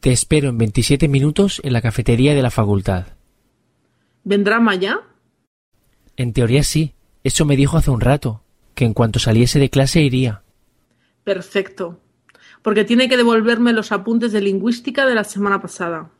Te espero en 27 minutos en la cafetería de la facultad. ¿Vendrá Maya? En teoría sí. Eso me dijo hace un rato, que en cuanto saliese de clase iría. Perfecto. Porque tiene que devolverme los apuntes de lingüística de la semana pasada.